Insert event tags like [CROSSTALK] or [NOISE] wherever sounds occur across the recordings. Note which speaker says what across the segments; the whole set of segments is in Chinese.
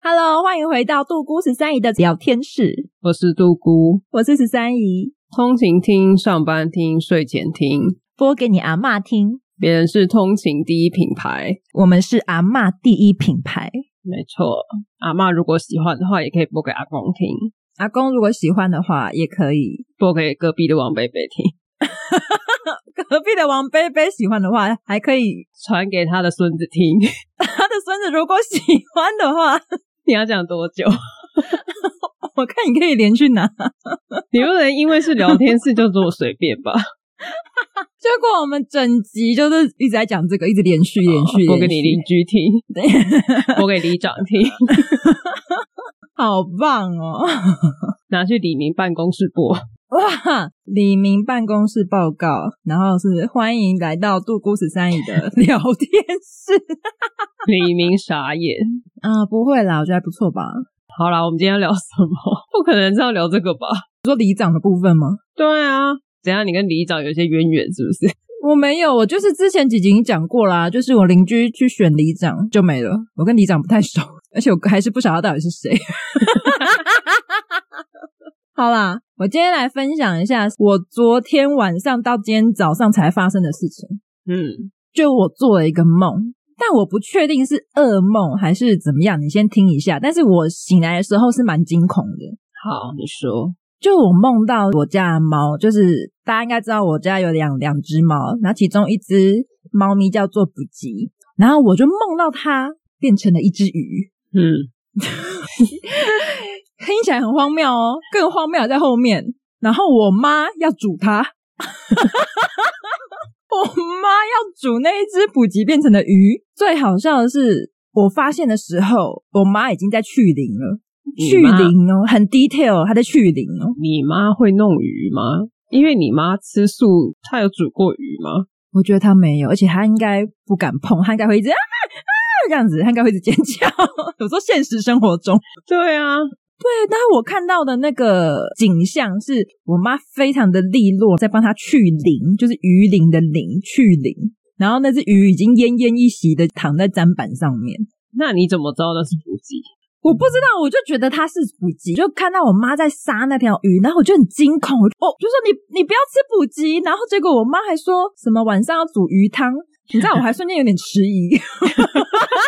Speaker 1: Hello，欢迎回到杜姑十三姨的聊天室，
Speaker 2: 我是杜姑，
Speaker 1: 我是十三姨，
Speaker 2: 通勤听、上班听、睡前听，
Speaker 1: 播给你阿嬷听。
Speaker 2: 别人是通勤第一品牌，
Speaker 1: 我们是阿嬷第一品牌， [LAUGHS]
Speaker 2: 没错。阿嬷如果喜欢的话，也可以播给阿公听，
Speaker 1: 阿公如果喜欢的话也可以，
Speaker 2: 播给隔壁的王贝贝听，
Speaker 1: [LAUGHS] 隔壁的王贝贝喜欢的话还可以，
Speaker 2: 传给他的孙子听。 [LAUGHS]
Speaker 1: 他的孙子如果喜欢的话，
Speaker 2: 你要讲多久？ [LAUGHS]
Speaker 1: 我看你可以连去拿。
Speaker 2: 你不能因为是聊天室就这么随便吧？
Speaker 1: 结果我们整集就是一直在讲这个，一直连续连续，
Speaker 2: 哦播给你邻居听，
Speaker 1: 连续
Speaker 2: 播给里长听，
Speaker 1: [LAUGHS] 好棒哦！
Speaker 2: 拿去李明办公室播。
Speaker 1: 哇，李明办公室报告，然后是欢迎来到杜姑十三姨的聊天室 [LAUGHS]
Speaker 2: 李明傻眼。
Speaker 1: 啊，不会啦，我觉得还不错吧。
Speaker 2: 好啦，我们今天要聊什么？不可能是要聊这个吧？
Speaker 1: 你说里长的部分吗？
Speaker 2: 对啊，怎样？你跟里长有些渊源是不是？
Speaker 1: 我没有，我就是之前几集已经讲过啦，就是我邻居去选里长就没了，我跟里长不太熟，而且我还是不晓得到底是谁。 [LAUGHS] 好啦，我今天来分享一下我昨天晚上到今天早上才发生的事情。
Speaker 2: 嗯，
Speaker 1: 就我做了一个梦，但我不确定是噩梦还是怎么样，你先听一下。但是我醒来的时候是蛮惊恐的，
Speaker 2: [LAUGHS] 好，你说。
Speaker 1: 就我梦到我家的猫，就是大家应该知道我家有两两只猫，然后其中一只猫咪叫做补吉，然后我就梦到它变成了一只鱼，
Speaker 2: 嗯，
Speaker 1: 听起来很荒谬哦，更荒谬的在后面。然后我妈要煮它， [LAUGHS] 我妈要煮那一只补给变成的鱼。最好笑的是，我发现的时候，我妈已经在去鳞了，
Speaker 2: 你
Speaker 1: 去
Speaker 2: 妈
Speaker 1: 鳞哦，很 detail，她在去鳞哦。
Speaker 2: 你妈会弄鱼吗？因为你妈吃素，她有煮过鱼吗？
Speaker 1: 我觉得她没有，而且她应该不敢碰，她应该会一直啊啊这样子，她应该会一直尖叫。有时候现实生活中。
Speaker 2: 对啊，
Speaker 1: 对，但是我看到的那个景象是我妈非常的利落，在帮它去鳞，就是鱼鳞的鳞去鳞。然后那只鱼已经奄奄一息的躺在砧板上面，
Speaker 2: 那你怎么知道那是补给？
Speaker 1: 我不知道，我就觉得它是补给，就看到我妈在杀那条鱼，然后我就很惊恐，我就哦，就说你你不要吃补给，然后结果我妈还说什么晚上要煮鱼汤，你知道我还瞬间有点迟疑， [LAUGHS] 我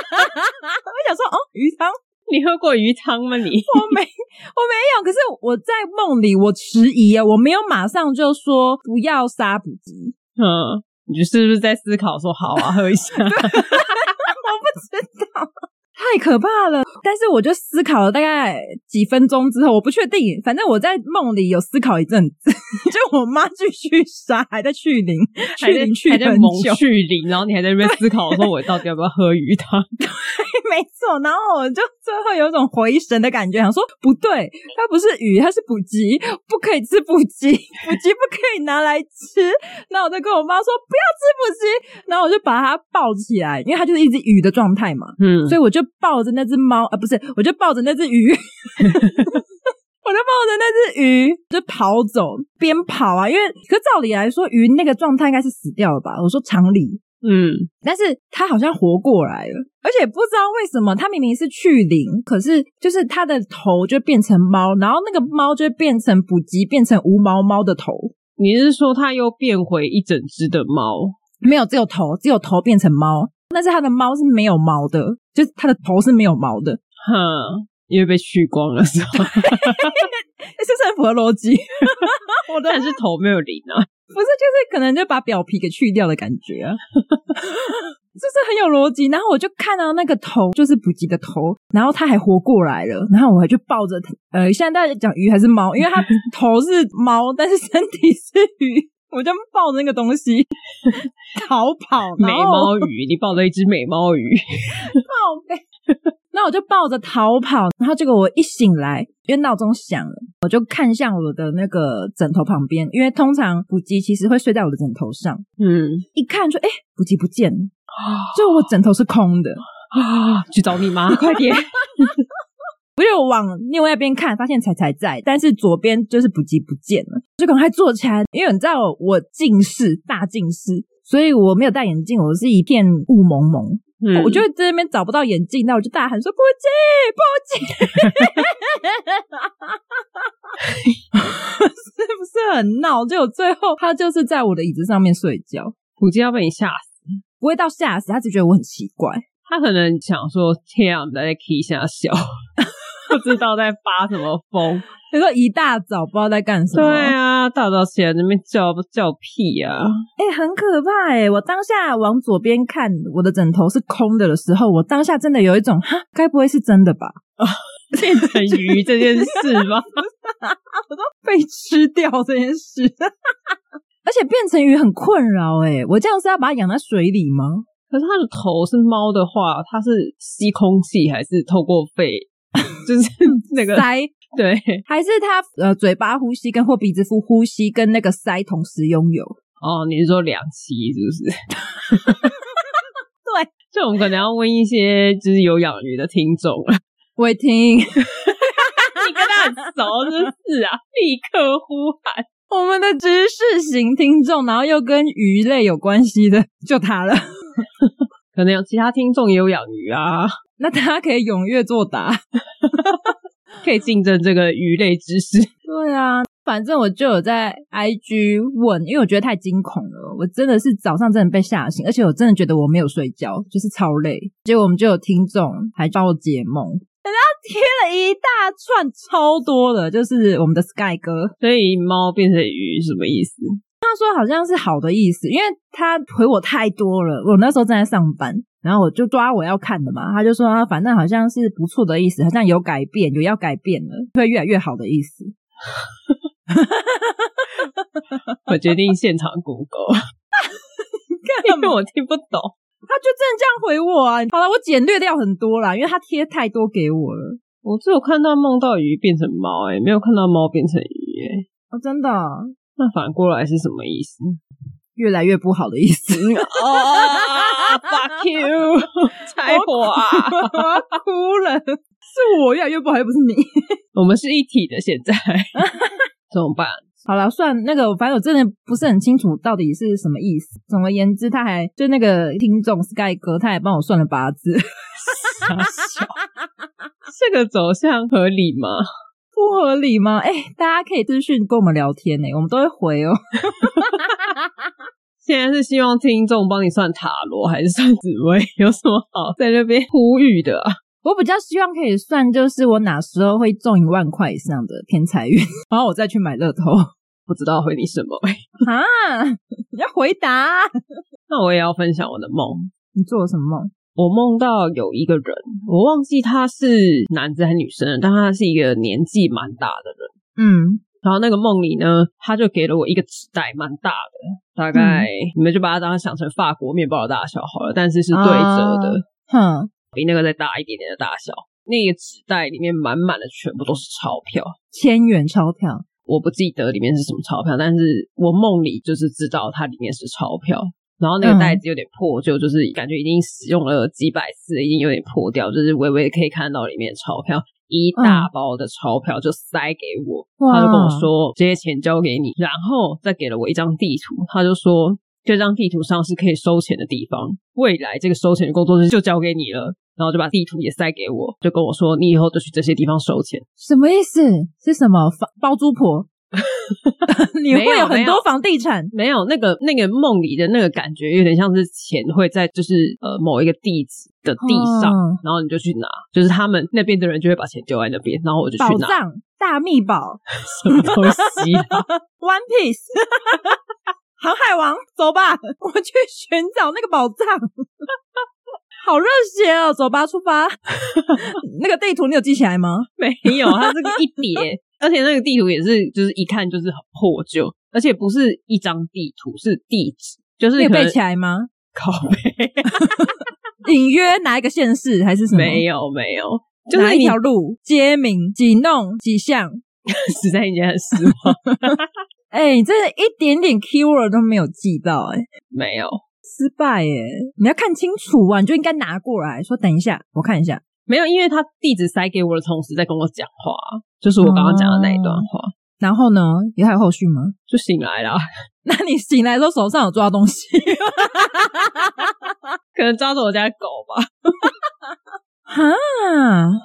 Speaker 1: 想说哦鱼汤
Speaker 2: [LAUGHS] 你喝过鱼汤吗？你 [LAUGHS]
Speaker 1: 我没，我没有。可是我在梦里，我迟疑啊，我没有马上就说不要杀补给，
Speaker 2: 嗯，你是不是在思考说好啊，喝一下？
Speaker 1: 我不知道，太可怕了。但是我就思考了大概几分钟之后，我不确定，反正我在梦里有思考一阵子， [LAUGHS] 就我妈继续杀，还在去灵，
Speaker 2: 还
Speaker 1: 去
Speaker 2: 在
Speaker 1: 灵去
Speaker 2: 还在
Speaker 1: 很
Speaker 2: 蒙
Speaker 1: 久，
Speaker 2: 去鳞，然后你还在那边思考说，我到底要不要喝鱼汤？
Speaker 1: [LAUGHS] 没错。然后我就最后有一种回神的感觉，想说不对，它不是鱼，它是补给，不可以吃补给， [LAUGHS] 补给不可以拿来吃。那我就跟我妈说不要吃补给，然后我就把它抱起来，因为它就是一只鱼的状态嘛，
Speaker 2: 嗯
Speaker 1: 所以我就抱着那只猫啊，不是，我就抱着那只鱼。 [LAUGHS] 我就抱着那只鱼就跑走，边跑啊，因为可照理来说，鱼那个状态应该是死掉了吧？我说常理，
Speaker 2: 嗯，
Speaker 1: 但是它好像活过来了，而且不知道为什么，它明明是去鳞，可是就是它的头就变成猫，然后那个猫就变成补给，变成无毛猫的头，
Speaker 2: 你是说它又变回一整只的猫？
Speaker 1: 没有只有头，只有头变成猫，但是它的猫是没有毛的，就是它的头是没有毛的，
Speaker 2: 哼，因为被去光了是 [LAUGHS] 吧？
Speaker 1: 这是很符合逻辑，我的
Speaker 2: 但是头没有鳞啊。
Speaker 1: [LAUGHS] 不是就是可能就把表皮给去掉的感觉啊，就是很有逻辑。然后我就看到那个头，就是补给的头，然后它还活过来了。然后我还就抱着它，呃，现在大家讲鱼还是猫，因为它头是猫，但是身体是鱼，我就抱着那个东西逃跑。
Speaker 2: 美
Speaker 1: 然后
Speaker 2: 猫鱼，你抱了一只美猫鱼，
Speaker 1: 靠背。 [LAUGHS] 那我就抱着逃跑，然后结果我一醒来，因为闹钟响了，我就看向我的那个枕头旁边，因为通常补给其实会睡在我的枕头上，
Speaker 2: [LAUGHS] 嗯
Speaker 1: 一看就哎补给不见了，就我枕头是空的，
Speaker 2: 啊，去找你妈， [LAUGHS] 快点！
Speaker 1: 我就往另外一边看，发现彩彩在，但是左边就是补给不见了，就赶快坐起来，因为你知道我近视大近视，所以我没有戴眼镜，我是一片雾蒙蒙，
Speaker 2: 嗯
Speaker 1: 我就在那边找不到眼镜，那我就大喊说：“不急，不急！” [LAUGHS] 是不是很闹？结果最后他就是在我的椅子上面睡觉，
Speaker 2: 估计要被你吓死。
Speaker 1: 不会到吓死，他只觉得我很奇怪。
Speaker 2: 他可能想说：“天啊，我们在 K 下 [LAUGHS] 笑，不知道在发什么疯。
Speaker 1: 他说一大早不知道在干”什
Speaker 2: 对
Speaker 1: 么，
Speaker 2: 啊，大早起来那边叫叫屁 [LAUGHS] 啊！
Speaker 1: 哎、很可怕哎、我当下往左边看，我的枕头是空的的时候，我当下真的有一种哈，该不会是真的吧？
Speaker 2: 变成鱼这件事吗？
Speaker 1: 被吃掉这件事， [LAUGHS] 而且变成鱼很困扰哎、我这样是要把它养在水里吗？
Speaker 2: 可是它的头是猫的话，它是吸空气还是透过肺？ [LAUGHS] 就是那个
Speaker 1: 塞，
Speaker 2: 对
Speaker 1: 还是它呃嘴巴呼吸跟或鼻子呼呼吸跟那个塞同时拥有？
Speaker 2: 哦，你是说两栖是不
Speaker 1: [LAUGHS]
Speaker 2: 是？
Speaker 1: 对，
Speaker 2: 这我们可能要问一些就是有养鱼的听众
Speaker 1: [LAUGHS]
Speaker 2: 了。
Speaker 1: 我也听， [LAUGHS]
Speaker 2: 你跟他很熟，真是啊！ [LAUGHS] 立刻呼喊，
Speaker 1: 我们的知识型听众，然后又跟鱼类有关系的，就他了。 [LAUGHS]
Speaker 2: 可能有其他听众也有养鱼啊，
Speaker 1: 那大家可以踊跃作答。
Speaker 2: 可以竞争这个鱼类知识。
Speaker 1: 对啊，反正我就有在 IG 问，因为我觉得太惊恐了，我真的是早上真的被吓醒，而且我真的觉得我没有睡觉，就是超累。结果我们就有听众还帮我解梦，人家贴了一大串超多的，就是我们的 Sky 哥，
Speaker 2: 所以猫变成鱼什么意思？
Speaker 1: 他说好像是好的意思，因为他回我太多了，我那时候正在上班，然后我就抓我要看的嘛，他就说啊，反正好像是不错的意思，好像有改变，有要改变了，会越来越好的意思。
Speaker 2: 我决定现场
Speaker 1: [LAUGHS]
Speaker 2: Google，因为我听不懂。
Speaker 1: 他就真的这样回我啊！好了，我简略掉很多啦，因为他贴太多给我了。
Speaker 2: 我只有看到梦到鱼变成猫、欸，没有看到猫变成鱼、欸，
Speaker 1: 哦，真的哦、
Speaker 2: 那反过来是什么意思？
Speaker 1: 越来越不好的意思。
Speaker 2: 啊哦，fuck you，柴火啊！
Speaker 1: 我要 [LAUGHS] 哭了，是我越来越不好，又不是你。
Speaker 2: 我们是一体的，现在怎么办？
Speaker 1: 好了，算那个，反正我真的不是很清楚到底是什么意思。总而言之，他还就那个听众 Sky 哥，他还帮我算了八字， [LAUGHS]
Speaker 2: 傻笑，这个走向合理吗？
Speaker 1: 不合理吗？哎、大家可以私讯跟我们聊天呢、我们都会回哦、
Speaker 2: 现在是希望听众帮你算塔罗还是算紫薇？有什么好在那边呼吁的、啊？
Speaker 1: 我比较希望可以算，就是我哪时候会中一万块以上的偏财运，然后我再去买乐透
Speaker 2: 不知道回你什么、欸 [LAUGHS]
Speaker 1: 啊！你要回答，
Speaker 2: 那我也要分享我的梦。
Speaker 1: [LAUGHS] 你做了什么梦？
Speaker 2: 我梦到有一个人，我忘记他是男子还是女生了，但他是一个年纪蛮大的人。
Speaker 1: 嗯，
Speaker 2: 然后那个梦里呢，他就给了我一个纸袋，蛮大的，大概、你们就把它当想成法国面包的大小好了，但是是对折的。
Speaker 1: 啊哼，
Speaker 2: 比那个再大一点点的大小。那个纸袋里面满满的全部都是钞票，
Speaker 1: 千元钞票，
Speaker 2: 我不记得里面是什么钞票，但是我梦里就是知道它里面是钞票。然后那个袋子有点破旧，就是感觉已经使用了几百次，已经有点破掉，就是微微可以看到里面的钞票，一大包的钞票就塞给我，
Speaker 1: 哇
Speaker 2: 他就跟我说这些钱交给你，然后再给了我一张地图，他就说这张地图上是可以收钱的地方，未来这个收钱的工作就交给你了，然后就把地图也塞给我，就跟我说你以后就去这些地方收钱。
Speaker 1: 什么意思？是什么房包租
Speaker 2: [LAUGHS]
Speaker 1: 婆？ [LAUGHS] 你
Speaker 2: 没
Speaker 1: 会
Speaker 2: 有
Speaker 1: 有
Speaker 2: 没
Speaker 1: 很
Speaker 2: 有
Speaker 1: 多房地产？
Speaker 2: 没有，那个那个梦里的那个感觉，有点像是钱会在就是呃某一个地址的地上，
Speaker 1: 嗯
Speaker 2: 然后你就去拿，就是他们那边的人就会把钱丢在那边，然后我就去
Speaker 1: 宝
Speaker 2: 拿
Speaker 1: 藏、大秘
Speaker 2: [LAUGHS]
Speaker 1: 宝、
Speaker 2: 什么东西、啊。 [LAUGHS]
Speaker 1: One Piece、航海王，走吧，我去寻找那个宝藏。
Speaker 2: [LAUGHS]
Speaker 1: 好热血哦！走吧，出
Speaker 2: [LAUGHS]
Speaker 1: 发。那个地图你有记起来吗？
Speaker 2: 没有，啊它这个一叠，而且那个地图也是，就是一看就是很破旧，而且不是一张地图，是地址，就是
Speaker 1: 你有
Speaker 2: 可能
Speaker 1: 背起来吗？
Speaker 2: 靠背，
Speaker 1: 隐约哪一个县市还是 [LAUGHS] 什么？
Speaker 2: 没有没有，就是
Speaker 1: 哪一
Speaker 2: 你
Speaker 1: 条路、街名、几弄、几巷？
Speaker 2: 实在已经很失望，
Speaker 1: 哎、你真的一点点 keyword 都没有记到、哎，
Speaker 2: 没有
Speaker 1: 失败耶！你要看清楚啊，你就应该拿过来说，等一下，我看一下。
Speaker 2: 没有，因为他地址塞给我的同时在跟我讲话，啊就是我刚刚讲的那一段话，
Speaker 1: 然后呢，也还有后续吗？
Speaker 2: 就醒来了，
Speaker 1: [LAUGHS] 那你醒来的时候手上有抓东西？
Speaker 2: 可能抓着我家的狗吧。
Speaker 1: [LAUGHS] 哈，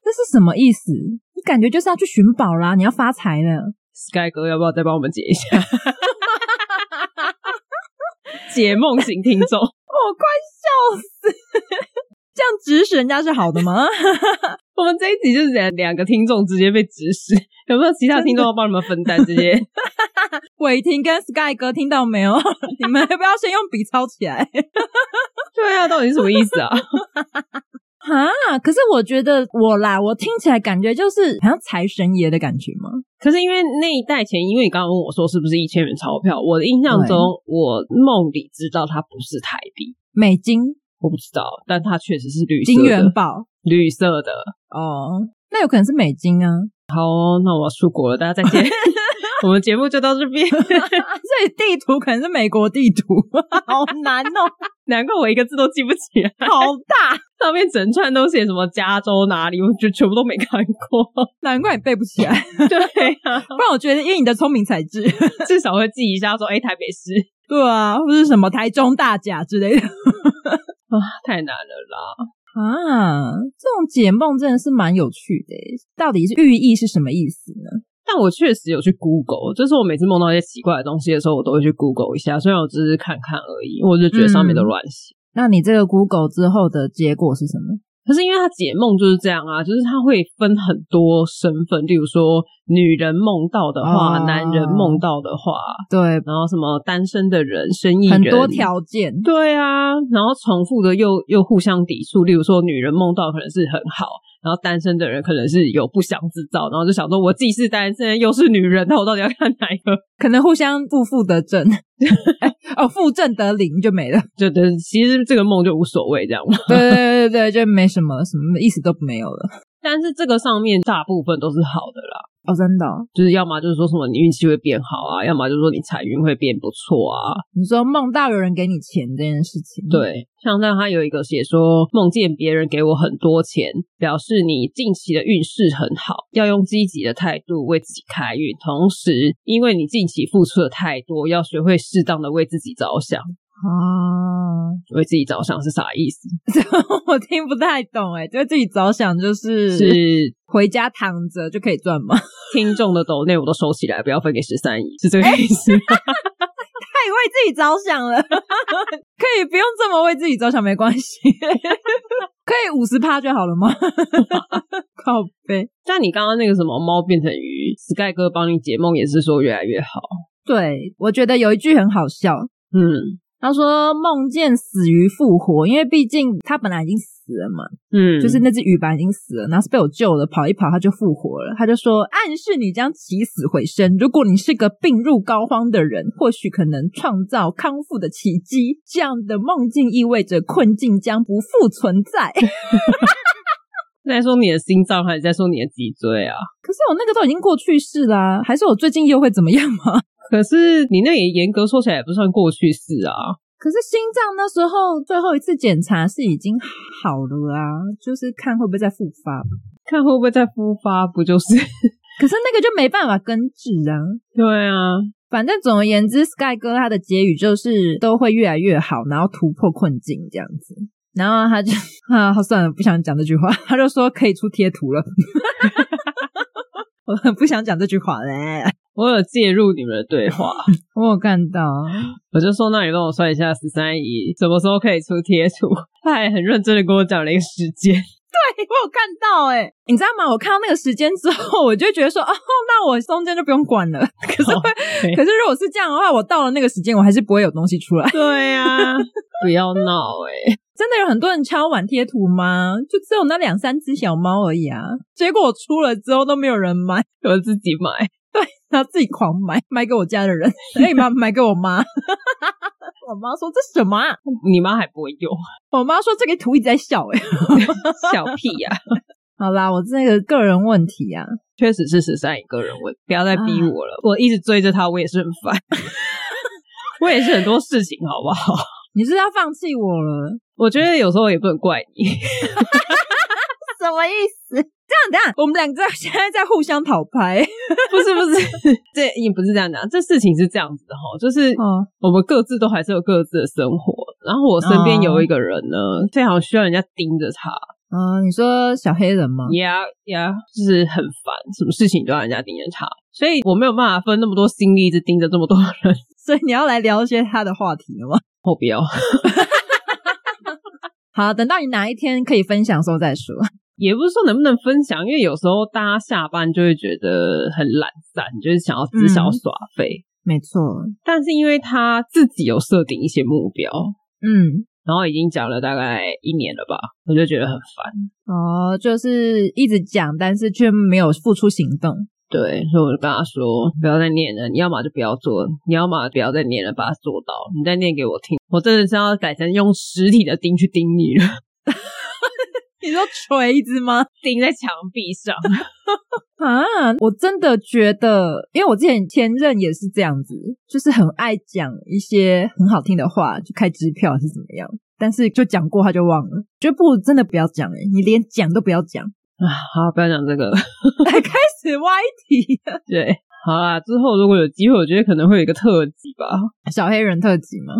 Speaker 1: 这是什么意思？你感觉就是要去寻宝啦，你要发财了。
Speaker 2: Sky 哥，要不要再帮我们解一下？ [LAUGHS] 解梦型听众，
Speaker 1: 我快笑死！这样指使人家是好的吗？
Speaker 2: 我们这一集就是两两个听众直接被指使，有没有其他听众要帮你们分担这
Speaker 1: [LAUGHS]
Speaker 2: 些？
Speaker 1: [LAUGHS] 伟霆跟 Sky 哥听到 [LAUGHS] 没有？你们要不要先用笔抄起来？
Speaker 2: 对啊，到底是什么意思啊？
Speaker 1: 哈，可是我觉得我啦，我听起来感觉就是好像财神爷的感觉吗？
Speaker 2: 可是因为那一袋钱，因为你刚刚问我说是不是一千元钞票，我的印象中，我梦里知道它不是台币，
Speaker 1: 美金、
Speaker 2: 我不知道，但它确实是绿色的，
Speaker 1: 金元宝
Speaker 2: 绿色的。
Speaker 1: 哦，那有可能是美金啊。 [LAUGHS]
Speaker 2: 好哦、那我要出国了，大家再见。 [LAUGHS] 我们节目就到这边，
Speaker 1: 啊所以地图可能是美国地图， [LAUGHS] 好难哦，
Speaker 2: [LAUGHS] 难怪我一个字都记不起来。
Speaker 1: 好大，
Speaker 2: 上面整串都写什么加州哪里，我就全部都没看过。
Speaker 1: [LAUGHS] 难怪你背不起来。
Speaker 2: [LAUGHS] 对啊，
Speaker 1: 不然我觉得，因为你的聪明才智， [LAUGHS]
Speaker 2: 至少会记一下说，哎、台北市 [LAUGHS]
Speaker 1: 对啊，或是什么台中大甲之类的 [LAUGHS]
Speaker 2: 啊，太难了啦。
Speaker 1: 啊，这种解梦真的是蛮有趣的耶。到底是寓意是什么意思呢？
Speaker 2: 但我确实有去 Google，就是我每次梦到一些奇怪的东西的时候，我都会去 Google 一下，虽然我只是看看而已，我就觉得上面都
Speaker 1: 嗯
Speaker 2: 乱写。
Speaker 1: 那你这个 Google 之后的结果是什么？
Speaker 2: 可是因为它解梦就是这样啊，就是它会分很多身份，例如说女人梦到的话，
Speaker 1: 哦
Speaker 2: 男人梦到的话，
Speaker 1: 对，
Speaker 2: 然后什么单身的人、生意人，
Speaker 1: 很多条件。
Speaker 2: 对啊，然后重复的又又互相抵触，例如说女人梦到可能是很好，然后单身的人可能是有不祥之兆，然后就想说我既是单身又是女人，那我到底要看哪一个？ [LAUGHS]
Speaker 1: 可能互相负负得正， [LAUGHS] 哎哦，负正得零就 [LAUGHS] 没了。
Speaker 2: 就对，其实这个梦就无所谓这样嘛。 [LAUGHS]
Speaker 1: 对对对对，对就没什么什么意思都没有了。
Speaker 2: 但是这个上面大部分都是好的啦，
Speaker 1: 哦，真的哦、
Speaker 2: 就是要么就是说什么你运气会变好啊，要么就是说你财运会变不错啊。
Speaker 1: 你说梦到有人给你钱这件事情，，
Speaker 2: 对，像那他有一个写说梦见别人给我很多钱，表示你近期的运势很好，要用积极的态度为自己开运。同时，因为你近期付出的太多，要学会适当的为自己着想。
Speaker 1: 啊，
Speaker 2: 为自己着想是啥意思？
Speaker 1: [LAUGHS] 我听不太懂哎，对自己着想就是
Speaker 2: 是
Speaker 1: 回家躺着就可以赚吗？太 [LAUGHS]
Speaker 2: 听众的抖内我都收起来，不要分给十三姨，是这个意思 [LAUGHS] 吗？
Speaker 1: 为自己着想了， [LAUGHS] 可以不用这么为自己着想，没关系， [LAUGHS] 可以五十趴就好了吗？ [LAUGHS] 靠背，
Speaker 2: 但你刚刚那个什么猫变成鱼，Sky 哥帮你解梦也是说越来越好。
Speaker 1: 对我觉得有一句很好笑，
Speaker 2: 嗯
Speaker 1: 他说梦见死鱼复活，因为毕竟他本来已经死了嘛，
Speaker 2: 嗯，
Speaker 1: 就是那只鱼本来已经死了，然后是被我救了，跑一跑它就复活了。他就说暗示你将起死回生，如果你是个病入膏肓的人，或许可能创造康复的奇迹。这样的梦境意味着困境将不复存在。 [LAUGHS]
Speaker 2: 在说你的心脏，还是在说你的脊椎啊？
Speaker 1: 可是我那个都已经过去式啦、还是我最近又会怎么样吗？ [LAUGHS]
Speaker 2: 可是你那也严格说起来也不算过去式啊。
Speaker 1: 可是心脏那时候最后一次检查是已经好了啊，就是看会不会再复发吧。
Speaker 2: 看会不会再复发，不就是？ [LAUGHS]
Speaker 1: 可是那个就没办法根治啊。
Speaker 2: 对啊，
Speaker 1: 反正总而言之，Sky 哥他的结语就是都会越来越好，然后突破困境这样子。然后他就 [LAUGHS] 啊，算了，不想讲这句话。他就说可以出贴图了， [LAUGHS] 我很不想讲这句话嘞。
Speaker 2: 我有介入你们的对话，
Speaker 1: 我有看到，啊
Speaker 2: 我就说那你帮我 [LAUGHS] 算一下十三姨什么时候可以出贴图。他还很认真的跟我讲了一个时间， [LAUGHS]
Speaker 1: 哎我有看到哎、你知道吗？我看到那个时间之后，我就觉得说，哦，那我中间就不用管了。可是会，
Speaker 2: 对
Speaker 1: 可是如果是这样的话，我到了那个时间，我还是不会有东西出来。
Speaker 2: 对呀、不要闹哎、
Speaker 1: 真的有很多人敲碗贴图吗？就只有那两三只小猫而已啊。结果我出了之后都没有人买，
Speaker 2: 我自己买。
Speaker 1: 然后自己狂买， [LAUGHS] 买给我家的人，哎、妈买给我妈。 [LAUGHS] 我妈说这什么、啊？
Speaker 2: 你妈还不会用， [LAUGHS]
Speaker 1: 我妈说这个图一直在笑、哎，
Speaker 2: 小屁呀、
Speaker 1: 好啦，我这个个人问题啊，
Speaker 2: 确实是十三一个人问，不要再逼我了，我一直追着他，我也是很烦， [LAUGHS] 我也是很多事情，好不好？
Speaker 1: 你是要放弃我了？
Speaker 2: 我觉得有时候也不能怪你，
Speaker 1: 什么意思？这样，等一下，我们两个现在在互相讨 [LAUGHS] 拍。
Speaker 2: 不是不是，这也不是这样讲，这事情是这样子的哈，就是
Speaker 1: 哦，
Speaker 2: 我们各自都还是有各自的生活，然后我身边有一个人呢，非常需要人家盯着他，
Speaker 1: 啊、你说小黑人吗？
Speaker 2: 呀呀，就是很烦，什么事情都要人家盯着他，所以我没有办法分那么多心力，一直盯着这么多人，
Speaker 1: [LAUGHS] 所以你要来聊一些他的话题了吗？
Speaker 2: 我不要。
Speaker 1: 好，等到你哪一天可以分享的时候再说。
Speaker 2: 也不是说能不能分享，因为有时候大家下班就会觉得很懒散，就是想要只想要耍废。
Speaker 1: 没错，
Speaker 2: 但是因为他自己有设定一些目标，
Speaker 1: 嗯，
Speaker 2: 然后已经讲了大概一年了吧，我就觉得很烦。
Speaker 1: 哦，就是一直讲，但是却没有付出行动。
Speaker 2: 对，所以我就跟他说，不要再念了，你要么就不要做，你要么不要再念了，把它做到。你再念给我听，我真的是要改成用实体的钉去钉你了，
Speaker 1: 你说锤子吗？
Speaker 2: 钉在墙壁上。 [LAUGHS]
Speaker 1: 啊，我真的觉得，因为我之前前任也是这样子，就是很爱讲一些很好听的话，就开支票还是怎么样，但是就讲过他就忘了，觉得不如真的不要讲哎、你连讲都不要讲， [LAUGHS]
Speaker 2: 啊，好，不要讲这个。
Speaker 1: 还开始歪题，
Speaker 2: [LAUGHS] 对，好啦，之后如果有机会，我觉得可能会有一个特辑吧。
Speaker 1: 小黑人特辑吗？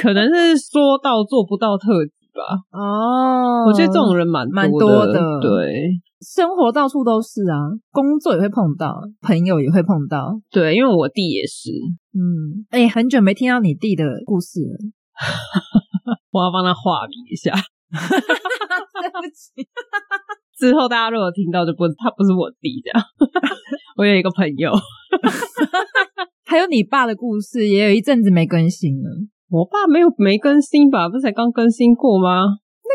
Speaker 2: 可能是 [LAUGHS] 说到做不到特辑吧。
Speaker 1: 哦
Speaker 2: 我觉得这种人蛮
Speaker 1: 嗯蛮
Speaker 2: 多
Speaker 1: 多的
Speaker 2: 对
Speaker 1: 生活到处都是啊，工作也会碰到，朋友也会碰到，
Speaker 2: 对，因为我弟也是，
Speaker 1: 嗯，哎、很久没听到你弟的故事了， [LAUGHS]
Speaker 2: 我要帮他化名一下。 [LAUGHS]
Speaker 1: 对不起，
Speaker 2: 之后大家如果听到就不，他不是我弟这样。 [LAUGHS] 我有一个朋友，
Speaker 1: 还有你爸的故事，也有一阵子没更新了。
Speaker 2: 我爸没有没更新吧？不是才刚更新过吗？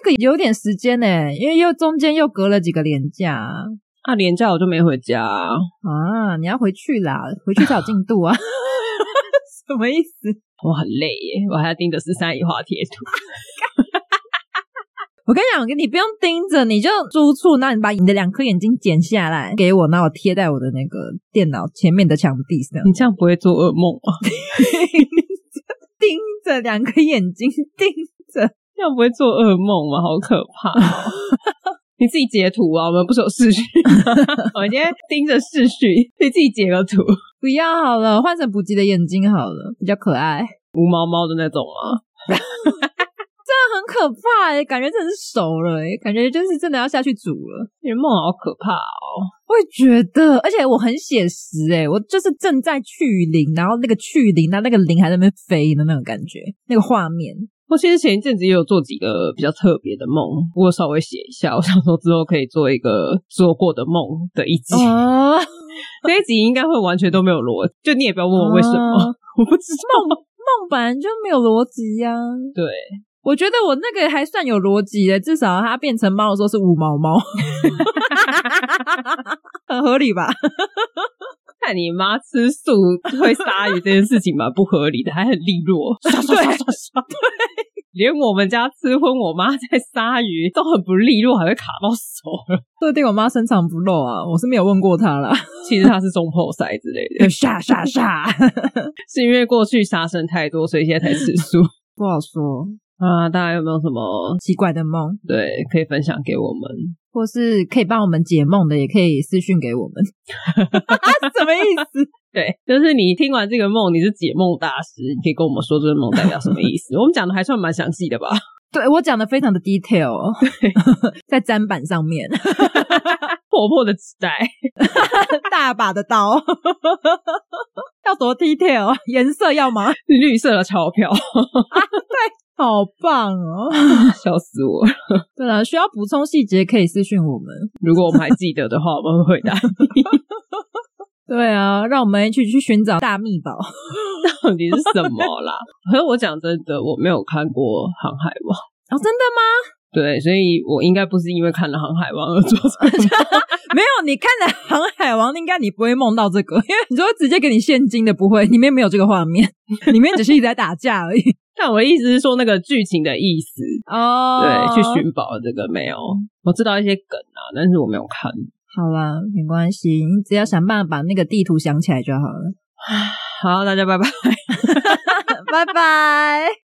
Speaker 1: 那个有点时间呢、因为又中间又隔了几个年假啊
Speaker 2: 啊，连假我就没回家啊、
Speaker 1: 啊你要回去啦，回去找进度啊， [LAUGHS] 什么意思？
Speaker 2: 我很累耶，我还要盯着十三姨画贴图。 [LAUGHS]
Speaker 1: 我跟你讲，你不用盯着，你就租处，那你把你的两颗眼睛剪下来给我，那我贴在我的那个电脑前面的墙壁上， [LAUGHS]
Speaker 2: 你这样不会做噩梦吗？ [LAUGHS]
Speaker 1: 盯着两颗眼睛盯着。
Speaker 2: 这样不会做噩梦吗？好可怕、哦！ [LAUGHS] 你自己截图啊，我们不是有视讯， [LAUGHS] 我们今天盯着视讯，你自己截个图，
Speaker 1: 不要好了，换成补给的眼睛好了，比较可爱。 [LAUGHS]
Speaker 2: 无毛猫的那种啊。
Speaker 1: 这很可怕、欸，感觉真的是熟了、欸，感觉就是真的要下去煮了。
Speaker 2: 你的梦好可怕哦！
Speaker 1: 我也觉得，而且我很写实诶、我就是正在去零，然后那个去零，然后那个零还在那边飞的那种感觉，那个画面。
Speaker 2: 我其实前一阵子也有做几个比较特别的梦，我稍微写一下，我想说之后可以做一个做过的梦的一集。
Speaker 1: [LAUGHS] 哦，
Speaker 2: [LAUGHS] 这一集应该会完全都没有逻辑，就你也不要问我为什么，
Speaker 1: 哦
Speaker 2: 啊 [LAUGHS] 我不知道。
Speaker 1: 梦本来就没有逻辑呀、
Speaker 2: 对，
Speaker 1: 我觉得我那个还算有逻辑的，至少它变成猫的时候是五毛猫， [LAUGHS] 很合理吧？
Speaker 2: 看你妈吃素会杀鱼这件事情蛮不合理的，还很利落，刷刷刷刷刷，对，连我们家吃荤，我妈在杀鱼都很不利落，还会卡到手了。
Speaker 1: 说不定我妈深藏不露啊，我是没有问过她啦。
Speaker 2: 其实她是中破塞之类的，
Speaker 1: 傻傻傻，
Speaker 2: 是因为过去杀生太多，所以现在才吃素。 [LAUGHS]
Speaker 1: 不好说，
Speaker 2: 啊，大家有没有什么
Speaker 1: 奇怪的梦，
Speaker 2: 对可以分享给我们？
Speaker 1: 或是可以帮我们解梦的，也可以私讯给我们。 [LAUGHS] 啊什么意思？ [LAUGHS]
Speaker 2: 对，就是你听完这个梦，你是解梦大师，你可以跟我们说这个梦代表什么意思。 [LAUGHS] 我们讲的还算蛮详细的吧？
Speaker 1: 对我讲的非常的 detail，哦 [LAUGHS] 在砧板上面
Speaker 2: [LAUGHS] 婆婆的纸袋，
Speaker 1: 大把的刀，要多 detail，啊颜色要吗？
Speaker 2: 绿色的钞票。
Speaker 1: 好棒哦！
Speaker 2: [LAUGHS] 笑死我了！
Speaker 1: 对了，需要补充细节可以私讯我们。
Speaker 2: 如果我们还记得的话，我们会回答 [LAUGHS] 你。
Speaker 1: 对啊，让我们一起去寻找大秘宝。哦
Speaker 2: 到底是什么啦？ [LAUGHS] 可是我讲真的，我没有看过《航海王》。
Speaker 1: 哦，真的吗？
Speaker 2: 对，所以我应该不是因为看了《航海王》而做这个
Speaker 1: [LAUGHS] 没有，你看了《航海王》，应该你不会梦到这个，因为你说直接给你现金的不会，里面没有这个画 [LAUGHS] 面，里面只是一直在打架而已。
Speaker 2: 但我的意思是说，那个剧情的意思，
Speaker 1: 哦
Speaker 2: 对，去寻宝这个没有，我知道一些梗啊，但是我没有看。
Speaker 1: 好啦，没关系，你只要想办法把那个地图 [LAUGHS] 想起来就好了。
Speaker 2: 好，大家拜拜。
Speaker 1: 拜拜。